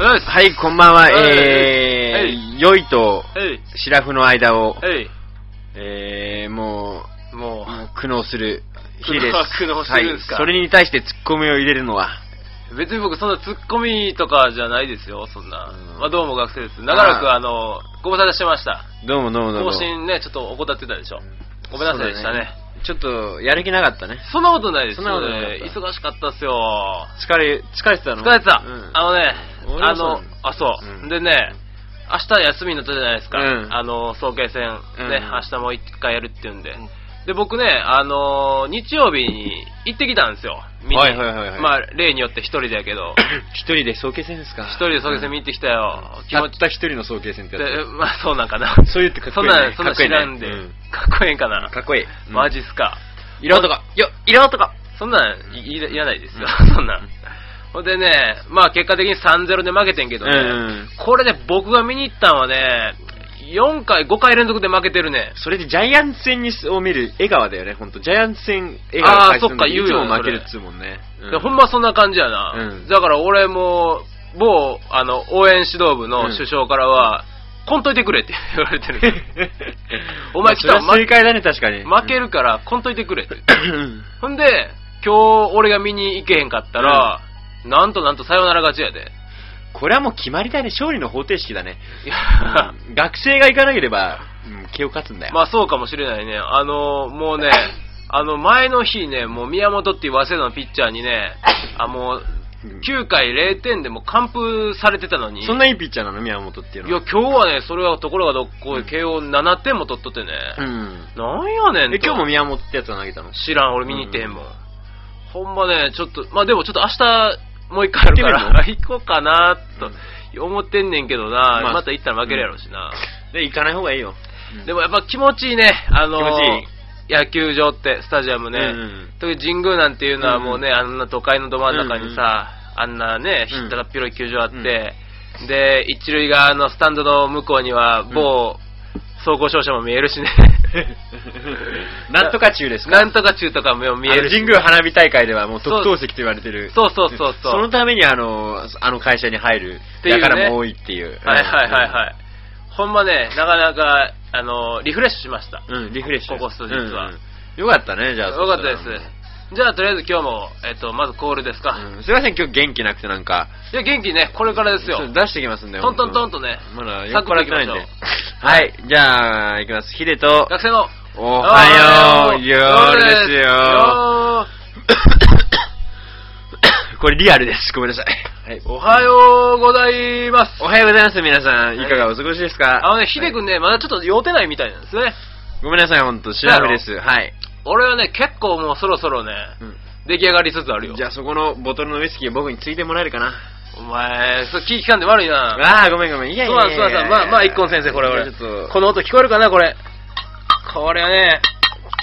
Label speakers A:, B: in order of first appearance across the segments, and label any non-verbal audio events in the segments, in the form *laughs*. A: うっす
B: はい、こんばんは。
A: は
B: え
A: い
B: ー、良いと
A: えい、
B: シラフの間を、
A: えい、
B: えー、も
A: も
B: う、
A: う、
B: もう苦悩する日です。
A: 苦悩苦悩するんですか
B: はい。それに対してツッコミを入れるのは、
A: 別に僕そんなツッコミとかじゃないですよ、そんな
B: うん。
A: まあどうも学生です。長らく
B: あー
A: あの、ご無沙汰してました。
B: どうもどうもどうも。
A: 更新ね、ちょっと怠ってたでしょ。ごめんなさいでし
B: そ
A: たね。
B: うだね。ちょっと、やる気なかったね。
A: そんなことないです
B: そんなことなかった
A: 忙しかったっすよ。
B: 疲れ、疲れてたの
A: 疲れてた、
B: うん
A: あのね、
B: 俺
A: あ
B: もそう
A: の、あ、そう、
B: うん
A: でね、明日休みになったじゃないですか、
B: うん
A: あの、早慶戦、
B: うん
A: ね、明日も一回やるっていうんで、
B: うん
A: で、僕ね、あの、日曜日に行ってきたんですよ、見に
B: はいはいはいはい
A: まあ、例によって一人だけど、
B: 一人で早慶戦ですか
A: 一人で早慶戦見に行ってきたよ、気
B: た
A: 持
B: っ
A: ち
B: た一人の早慶戦って
A: で
B: やつ。
A: まあ、そうなんかな。
B: そう言ってかっこ
A: そん
B: いいね
A: な、そんな
B: かっこい
A: 知
B: いね
A: らんで、
B: うん
A: かっこええんかな。
B: かっこいい。うん
A: マジっすか。
B: 色とか、よ、色とか。
A: そんなんいいらないですよ、
B: うん
A: そんなん。ほんでね、まあ結果的に3-0で負けてんけどね、
B: うんうん
A: これね、僕が見に行ったのはね、4回、5回連続で負けてるね。
B: それでジャイアンツ戦にを見る江川だよね、本当ジャイアンツ戦、江
A: あ
B: 川
A: ーそっか言うよね
B: いつも負けるっつうもんね。う
A: でほん
B: *laughs*
A: まそんな感じやな。
B: うん
A: だから俺も、某、あの、応援指導部の首相からは、こんといてくれって言われ
B: *laughs*
A: てる。お前来たら
B: まあそれは正解だね、確かに。
A: 負けるから、こんといてくれって。
B: うん。
A: ほんで、今日俺が見に行けへんかったら、なんとなんとさよなら勝ちやで。
B: これはもう決まりだね、勝利の方程式だね。
A: いや、
B: うん学生が行かなければ、うん、毛を勝つんだよ。
A: まあそうかもしれないね。あの、もうね、あの前の日ね、もう宮本っていう早稲田のピッチャーにね、あもう
B: うん
A: 9回0点でもう完封されてたのに、
B: そんないいピッチャーなの、宮本っていう
A: い
B: のは。
A: や、今日はね、それはところがどっこい、慶応7点も取っとってね、
B: うん。
A: なんやねんと
B: え、今日も宮本ってやつは投げたの
A: 知らん、俺見に行ってへんもん。ほんまね、ちょっと、まあでもちょっと明日、もう一回あるから、行こうかなと思ってんねんけどな、
B: まあ
A: また行ったら負けるやろうしな。
B: で、行かない方がいいよ。
A: でもやっぱ気持ちいいね、あの
B: 気持ちいい
A: 野球場って、スタジアムね、
B: うん *laughs*
A: 特に神宮なんていうのはもうね、あんな都会のど真ん中にさ、あんなね、ひ
B: うん
A: ったらっぴろい球場あって、で、一塁側のスタンドの向こうには、某、総合商社も見えるしね、
B: *laughs* なんとか中ですか
A: なんとか中とかも見え
B: あの
A: るし、
B: 神宮花火大会ではもう特等席と言われてる。
A: そうそうそうそう。
B: のためにあの、あの会社に入る。
A: ていうね
B: だからもう多いっていう。
A: はいはいはいはい。ほんまね、なかなか、あの、リフレッシュしました。
B: うん。うん、リフレッシュ。
A: ここ数日は
B: うんうんよかったね、じゃあ。
A: よかったで
B: そし
A: す。じゃあ、とりあえず今日も、えっと、まずコールですか。
B: たらうんすいません、今日元気なくてなんか。
A: いや、元気ね、これからですよ
B: そ。う出してきますんで。
A: トントントン
B: 本当
A: とね
B: まだよ
A: サク
B: く
A: サク
B: ら
A: いき
B: き
A: ま
B: ない
A: し
B: ん
A: ょう
B: で。はい、じゃあ、行きます。ヒデと、
A: 学生の、
B: おはよう、夜ですよ。これリアルです。ごめんなさい。はい
A: おはようございます。
B: おはようございます、皆さん。いかがお過ごしですか
A: あのね、ひでくんね、まだちょっと酔うてないみたいなんですね。
B: ごめんなさい、本当シラフです。はい。
A: 俺はね、結構もうそろそろね、出来上がりつつあるよ
B: じ。ゃあそこのボトルのウイスキーを僕についてもらえるかな。
A: お前、そう、気ぃ利かんで悪いな。
B: ああ、ごめんごめん。いやい
A: そう
B: や
A: なん
B: いやい
A: です、そう
B: や
A: なんです。まあ、まあ、一個の先生、これ、
B: いや
A: 俺。
B: ちょっと、
A: この音聞こえるかな、これ。これはね、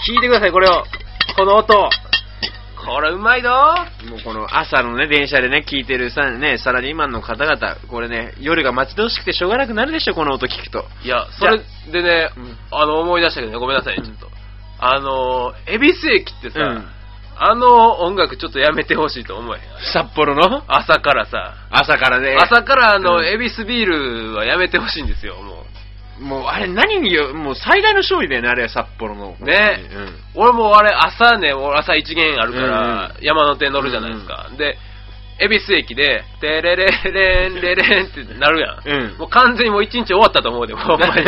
A: 聞いてください、これを。この音。これ、うまいぞ。
B: もうこの朝のね、電車でね、聞いてるさ、ね、サラリーマンの方々、これね、夜が待ち遠しくてしょうがなくなるでしょ、この音聞くと。
A: いや、それでね、
B: うん
A: あの、思い出したけどね、ごめんなさいね、ちょっと。あのー、恵比寿駅ってさ、
B: うん
A: あの音楽ちょっとやめてほしいと思えへん。
B: 札幌の
A: 朝からさ、
B: 朝からね、
A: 朝からあの、
B: うん
A: 恵比寿ビールはやめてほしいんですよ、もう。
B: もうあれ何によ、もう最大の勝利だよね、あれは札幌の。
A: ね
B: うん
A: 俺もあれ朝ね、俺朝一限あるから、山手乗るじゃないですか。で、恵比寿駅で、てれれれんれれんってなるやん。
B: うん
A: もう完全にもう一日終わったと思
B: *laughs*
A: うで、もうお前 *laughs*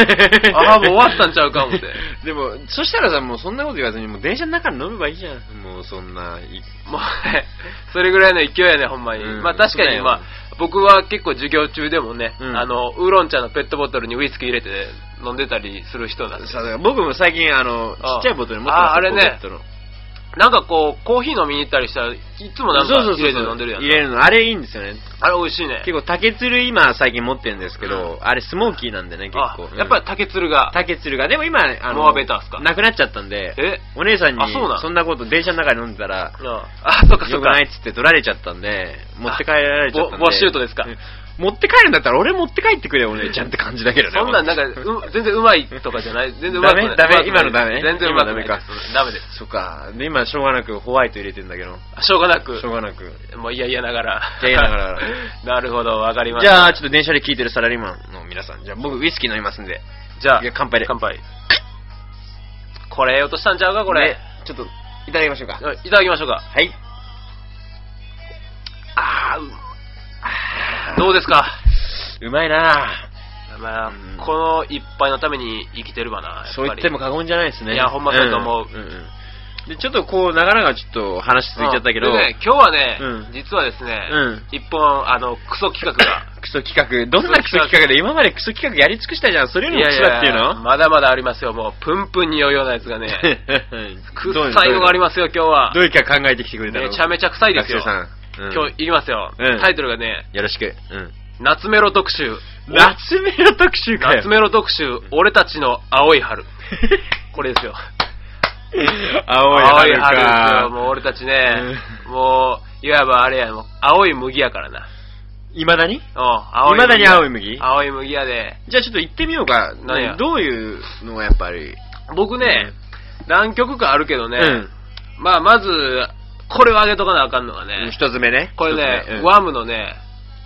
A: ああ、もう終わったんちゃうか、思って。
B: でも、そしたらさ、もうそんなこと言わずに、もう電車の中で飲めばいいじゃん。もうそんな、い
A: もう *laughs* ね、それぐらいの勢いやね、ほんまに。
B: うん
A: まあ確か
B: そうだ
A: に、
B: よ
A: まあ、僕は結構授業中でもね、
B: うん
A: あの、ウーロン茶のペットボトルにウイスキー入れて、飲んでたりする人なんですよ。
B: さ僕も最近、あの、ち
A: あ
B: っちゃいボトル持ってますよ
A: ああれ
B: ポ
A: ね
B: ケットの
A: なんかこう、コーヒー飲みに行ったりしたら、いつもなんか
B: そうそう
A: 入
B: そう
A: れて
B: そう。
A: 飲んでるやん。
B: 入れるの。あれいいんですよね。
A: あれ美味しいね。
B: 結構、竹鶴今最近持ってるんですけど、あれスモーキーなんでね、結構。
A: あやっぱり竹鶴が。
B: 竹鶴が。でも今、あ
A: モア
B: の、
A: ベターっすか
B: なくなっちゃったんで、
A: え
B: お姉さんに
A: あそうなん
B: そんなこと電車の中で飲んでたら、
A: あ、あそっかそ
B: 良
A: っ
B: く
A: か
B: ない。っつって取られちゃったんで、持って帰られちゃったんで。
A: ボボッシュートですか
B: うん持って帰るんだったら俺持って帰ってくれよ、お姉ちゃんって感じだけどね。
A: そんなんなんか、
B: 本当に
A: う全然うまいとか
B: *laughs*
A: じゃない。全然うまくない。
B: ダメダメ
A: う
B: 今
A: まくない
B: のダメ
A: 全然うまくない。
B: 今ダメか
A: うんダメです。
B: そっか。で、今、しょうがなくホワイト入れてんだけど。
A: あしょうがなく
B: しょ。うがなく。
A: もういやいやながら。
B: いやいやながら。
A: *laughs* なるほど、わかりまし
B: じ
A: た。
B: ゃあ、ちょっと電車で聞いてるサラリーマンの皆さん。じゃあ、僕、ウイスキー飲みますんで。
A: じゃあ
B: いや乾杯で
A: 乾杯。これ、落としたんちゃうか、これ
B: ね。ちょっと、いただきましょうか。
A: いただきましょうか。
B: はい。
A: あー、どうですか
B: うまいな
A: まあ
B: うん、
A: この一杯のために生きてるわな、やっぱり
B: そう言っても過言じゃないですね。
A: いやほんまそうやと思うん
B: んんで、ちょっとこう、なかなかちょっと話続いちゃったけど、
A: うんでね、今日はね、
B: うん
A: 実はですね
B: うん、
A: 一、本、あの、クソ企画が。
B: クソ企画、どんなクソ企画で、今までクソ企画やり尽くしたじゃん、それよりもクソだっていうの
A: まだまだありますよ、もう、プンプンに酔うようなやつが
B: *laughs*
A: ね。臭
B: どうう
A: いのがありますよ、今日は
B: ど。ういう企画考えてきてくれたの
A: めちゃめちゃ臭いですよ。
B: 学生さんうん
A: 今日、いきますよ、
B: うん
A: タイトルがね、
B: よろしく。うん。
A: 夏メロ特集。
B: 夏メロ特集かよ。
A: 夏メロ特集、俺たちの青い春。これですよ。
B: *laughs* 青い春か。
A: ですよ。もう俺たちね、もう、いわばあれや、もう青い麦やからな。
B: いまだに
A: うん、青い麦。
B: 未だに青い麦
A: 青い麦やで。
B: じゃあちょっと行ってみようか。
A: 何や
B: どういうのがやっぱり。
A: 僕ね、何曲かあるけどね、
B: うん。
A: まあ、まず、これを上げとかなあかんのがね、
B: 一つ目ね。
A: これね
B: 一、つ目うん
A: ワームのね、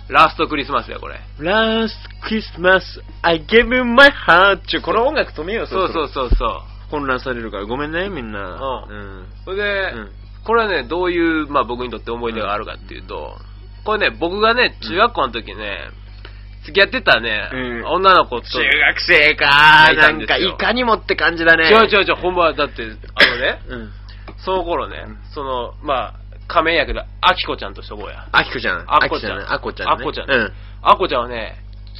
A: ラストクリスマスだよ、これ。
B: Last Christmas, I gave you my heart. ちょ、この音楽止めよう、
A: そう
B: ろ
A: そう
B: ろ
A: そうそう。
B: 混乱されるから、ごめんね、みんな。
A: うん
B: ん。
A: それで、
B: うん
A: これはね、どういう、まあ、僕にとって思い出があるかっていうと、これね、僕がね、中学校の時ね、付き合ってたね、
B: うん
A: 女の子と、
B: 中学生か
A: い
B: な
A: た
B: ん
A: んですよ
B: か、いかにもって感じだね。
A: 違う違う違う、ほんまはだって、あの *laughs* ね、
B: うん。
A: その頃ね、その、まあ、仮面やけど、アキコちゃんとしとこうや。
B: あきこちゃん。
A: あこちゃん
B: あきこちゃんね。
A: あこちゃん
B: うん。
A: アコちゃんはね、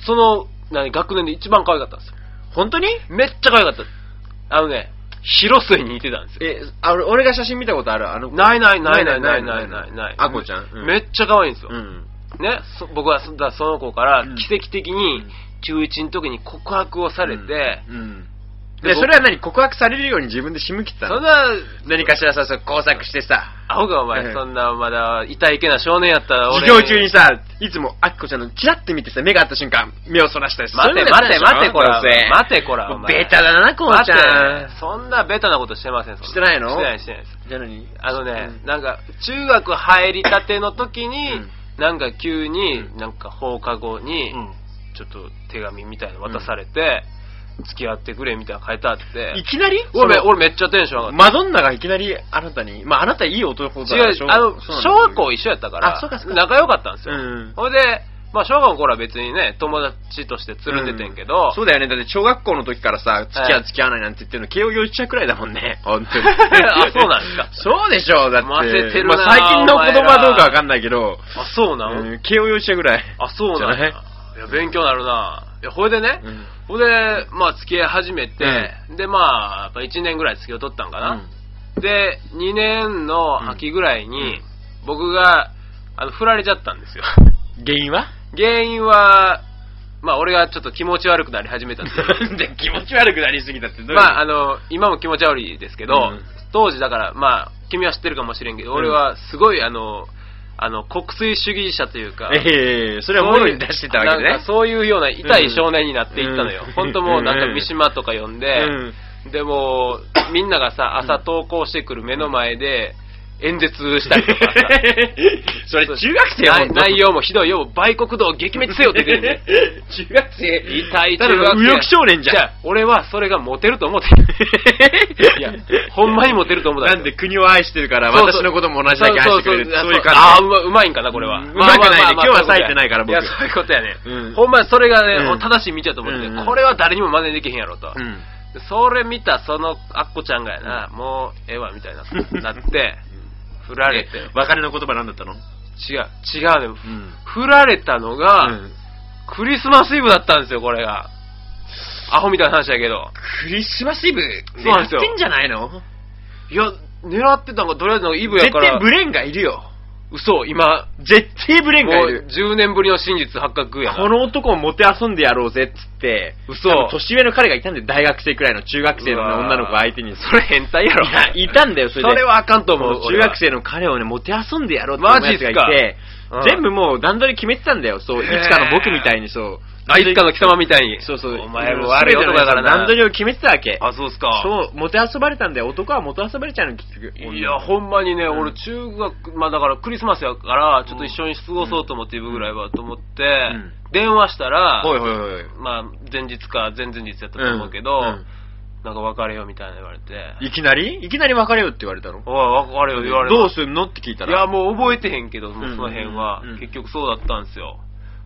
A: その、何、学年で一番可愛かったんですよ。
B: 本当に
A: めっちゃ可愛かった。あのね、広末に似てたんですよ。
B: え、あ俺俺が写真見たことあるあの子
A: ないないないないないないないない。
B: あこちゃん。うん
A: めっちゃ可愛いんですよ。
B: うん。
A: ね、そ僕はそだその子から
B: うん
A: 奇跡的に中1の時に告白をされて、
B: うん。
A: で
B: で、
A: 僕
B: それは何告白されるように自分で仕向きてた
A: そ
B: の
A: んな、
B: 何かしらさ、そう工作してさ、
A: アホがお
B: ええ
A: 前、そんなまだ痛いけな少年やったら俺。
B: 授業中にさ、いつもあきこちゃんのチラッと見てさ、目が合った瞬間、目をそらしたり
A: 待て待て待てこら、待てこら、お前
B: ベタだな、こう
A: 待
B: ち
A: て
B: ゃん。
A: そんなベタなことしてません、そん
B: してないの
A: してないしてないです。
B: じゃあ何
A: あのね、なんか、中学入りたての時に、
B: うん
A: なんか急に、なんか放課後に、
B: うん
A: ちょっと手紙みたいなの渡されて、付き合ってくれみたいなの書いてあって、
B: いきなり
A: 俺め
B: その
A: 俺めっちゃテンション上がった。
B: マドンナがいきなりあなたに、まああなたいい男だ
A: 違う
B: 小、学
A: あの、
B: そうなんだ
A: 小学校一緒やったから、
B: あそうかそうか
A: 仲良かったんですよ。
B: うん
A: ほいで、まあ、小学校の頃は別にね、友達として連れててんけど、
B: そうだよね。だって小学校の時からさ、付き合
A: は
B: う
A: い
B: 付き合わないなんて言ってるの、慶応幼稚舎くらいだもんね。本当に。
A: *laughs* あそうなんですか
B: そうでしょう、だって。
A: 混ぜてるな
B: まあ最近の言葉はどうかわかんないけど、
A: あ、そうなの、
B: うん慶応幼稚舎ぐらい。
A: あ、そうなん
B: じゃ
A: や。
B: ない
A: いや、勉強なるな。いや、ほいでね、
B: うん
A: ほいで、まあ、付き合い始めて、で、まあ、やっぱ1年ぐらい付き合いとったんかな。で、2年の秋ぐらいに、僕が、あの、振られちゃった
B: *laughs*
A: んですよ。
B: 原因
A: *laughs*
B: は
A: 原因は、まあ、俺がちょっと気持ち悪くなり始めたっていう
B: なん *laughs* で気持ち悪くなりすぎたってどういう
A: まあ、あの、今も気持ち悪いですけど、
B: うん
A: 当時だから、まあ、君は知ってるかもしれんけど、
B: うん
A: 俺はすごい、あの、あの、国粋主義者というか、
B: ええそれはもろに出してたわけ
A: なん
B: ね
A: か。そういうような痛い少年になっていったのよ。
B: うん
A: 本当もうなんか三島とか呼んで、
B: うん
A: でもう、みんながさ、朝登校してくる目の前で、演説したりと
B: *laughs*
A: かさ、
B: それ中学生
A: な
B: は
A: 内容もひどいよ、売国道を撃滅せよって
B: *laughs*
A: 言ってるんで。
B: 中学生
A: 痛い
B: た
A: 中
B: だの
A: 学生
B: 右翼少年じゃん
A: あ俺はそれがモテると思って
B: *laughs*
A: いやほんまにモテると思う
B: なんで国を愛してるから、私のことも同じだけ愛してくれる。そういう
A: ああー、
B: 感
A: うまうまいんかな、これは。
B: うんうまくないね今日は冴えてないから僕
A: いや、そういうことやね
B: うん。
A: ほんまにそれが
B: うん
A: ね、正しい道やと思って
B: うんうん
A: て、これは誰にも真似できへんやろと
B: じ。。うん。
A: でそれ見たそのアッコちゃんがやな、もうええわ、みたい
B: *laughs*
A: な、なって、振られて。
B: え別れの言葉なんだったの
A: 違う、違うね
B: ん。
A: 振られたのが、クリスマスイブだったんですよ、これが。アホみたいな話やけど。
B: クリスマスイブ
A: そうなんですよ
B: 狙ってんじゃないの
A: いや、狙ってたんが、とりあえずのイブや
B: 絶
A: から
B: 対、ブレンがいるよ。
A: 嘘、今、
B: 絶対ブレンが
A: も
B: いうる。
A: 10年ぶりの真実発覚やな。
B: この男をもて遊んでやろうぜっつって、
A: 嘘
B: 多分年上の彼がいたんで、大学生くらいの中学生のね
A: うわー
B: 女の子相手に。
A: それ変態やろ。
B: いやいたんだよ、それで。
A: それはあかんと思う
B: その中学生の彼をね、もて遊んでやろうって
A: マジっす
B: や
A: か
B: つがいて、
A: うん
B: 全部もう段取り決めてたんだよ。そう、い
A: へ
B: つ
A: ー
B: かの僕みたいにそう。
A: あ、いつかの貴様みたいに。
B: そうそう。
A: お前も悪い男だからな。
B: 段取りを決めてたわけ。
A: あ、そうっすか。
B: そう、もてあそばれたんだよ。男はもてあそばれちゃうの、結局。
A: いや、ほんまにね、
B: うん
A: 俺中学、まあだからクリスマスやから、ちょっと一緒に過ごそうと思って、イブぐらいはと思って、
B: ん
A: 電話したら、
B: おいおいおいおい。
A: まあ前日か前々日やったと思うけど、
B: ん
A: なんか別れようみたいな言われて、
B: うんいきなりいきなり別れよって言われたの
A: おい、別れよ言われ
B: どう
A: し
B: すんのって聞いた
A: い
B: ら。
A: や、もう覚えてへんけど、もうその辺は
B: うんうんう、ん
A: 結局そうだったんですよ。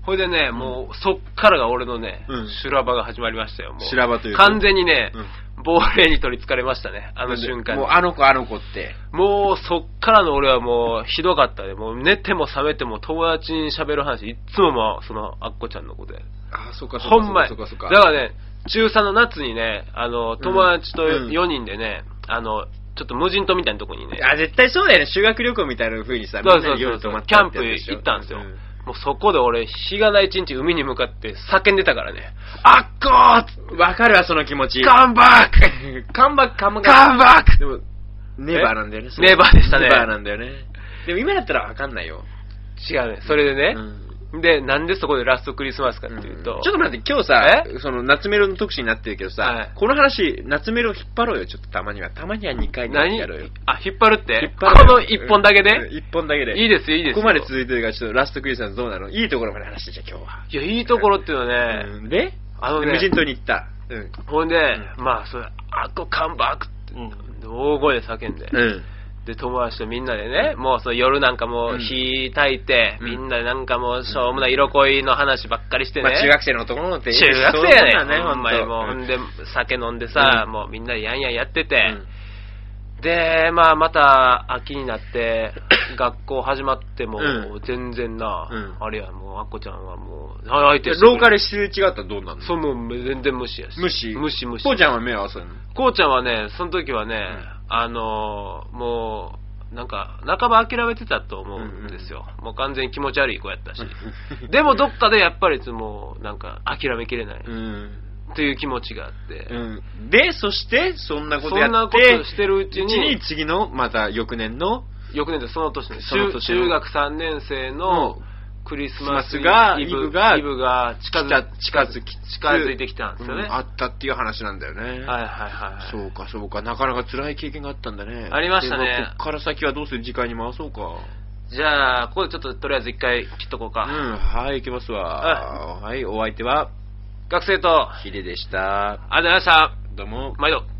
A: ほいでね、もうそっからが俺のね
B: うん、
A: 修羅場が始まりましたよ、もう。
B: 修羅場というか
A: 完全にね
B: うん、
A: 亡霊に取り憑かれましたね、あの瞬間に
B: もう。あの子あの子って。
A: もうそっからの俺はもうひどかったね。もう寝ても覚めても友達に喋る話、いっつももうそのあっこちゃんの子で。
B: あ、そっか
A: ほんまや
B: そっかそっか。
A: だからね、中3の夏にね、あの、友達と
B: うん
A: 4人でね、あの、ちょっと無人島みたいなとこにね、
B: あ、絶対そうだよね。修学旅行みたいな風にさ、
A: そう
B: みんな
A: そう
B: で
A: そう
B: 夜
A: そ
B: 泊
A: う
B: まって
A: キャンプ
B: やつでしょ
A: 行ったんですよ。
B: うん
A: もうそこで俺、日がない一日海に向かって叫んでたからね、あっこーっつって
B: わかるわ、その気持ち。
A: カムバック
B: *laughs* カンバック、カンバック。
A: カムバック
B: でも、ネバーなんだよね。それ
A: ネバーでしたね
B: ネバーなんだよね。でも今だったらわかんないよ。
A: 違うね。それで
B: う
A: ね、
B: ん
A: で、なんでそこでラストクリスマスかっていう
B: ち
A: と、
B: ょっと待って、今日さ
A: え、
B: その夏メロの特集になってるけど
A: は
B: さ
A: い、
B: この話、夏メロ引っ張ろうよ、ちょっとたまには。たまには2回ぐらい
A: 何
B: やろうよ。
A: あ、引っ張るって
B: 引っ張
A: こ
B: ろ
A: の
B: うよ
A: 一本だけで、
B: うん一本だけで。
A: いいですよ、いいです
B: こ
A: よ。
B: こまで続いてるから、ちょっとラストクリスマスどうなのいいところまで話してじゃあ今日は。
A: いや、いいところっていうのはね、
B: うんで、
A: あのね
B: 無人島に行った。うん。
A: ほんで、まあ、それ、あっこカンバックって、大声で叫んで、
B: うん。
A: で、友達とみんなでね、もうその夜なんかも
B: う
A: うん火焚いて、
B: うん
A: みんなでなんかもうしょうもない色恋の話ばっかりしてね。
B: まあ中学生の男の子って
A: 中学生やね
B: そうなんだね、
A: ほんまにもう、
B: ほ
A: ほ
B: んと
A: んで、酒飲んでさ、
B: うん
A: もうみんなでやんやんやってて、
B: うん
A: で、まあ、また秋に
B: *coughs*
A: なって、学校始まっても、
B: うん
A: 全然な、
B: うん
A: あれや、もう、あっこちゃんはもう、あ相手してくれ
B: 廊下ですれ違ったらどうなるの
A: そう、もう全然無視やし。
B: 無視
A: 無視無視。
B: 父ちゃんは目を合わせるの
A: こうちゃんはね、その時はね、あのーもう、なんか、半ば諦めてたと思うんですよ。もう完全に気持ち悪い子やったし。でも、どっかでやっぱりいつも、なんか、諦めきれない。
B: *laughs* うん。
A: という気持ちがあって。
B: うん。で、そして、そんなことやって、
A: そんなことしてるうちに
B: 次の、また翌年の、
A: 翌年でその年ね、
B: その
A: 中
B: 年の
A: 中学3年生の
B: の
A: クリスマス
B: クリスマスが
A: イ
B: イ
A: ブ
B: ブが
A: イブが近づ
B: 近づきつつ
A: 近づいてきたんですよね。
B: うんあ
A: はい
B: ったっていう話なんだよね。
A: はいはい。
B: そうか、そうか。なかなか辛い経験があったんだね。
A: ありましたね
B: であこっから先はどうする次回に回そうか。
A: じゃあ、ここでちょっととりあえず一回切っとこう
B: う
A: か。
B: ん、はい、行きますわ。はい、お相手は、
A: 学生と、あ
B: ヒデでした。
A: りがとうございました。
B: どうも。
A: 毎度。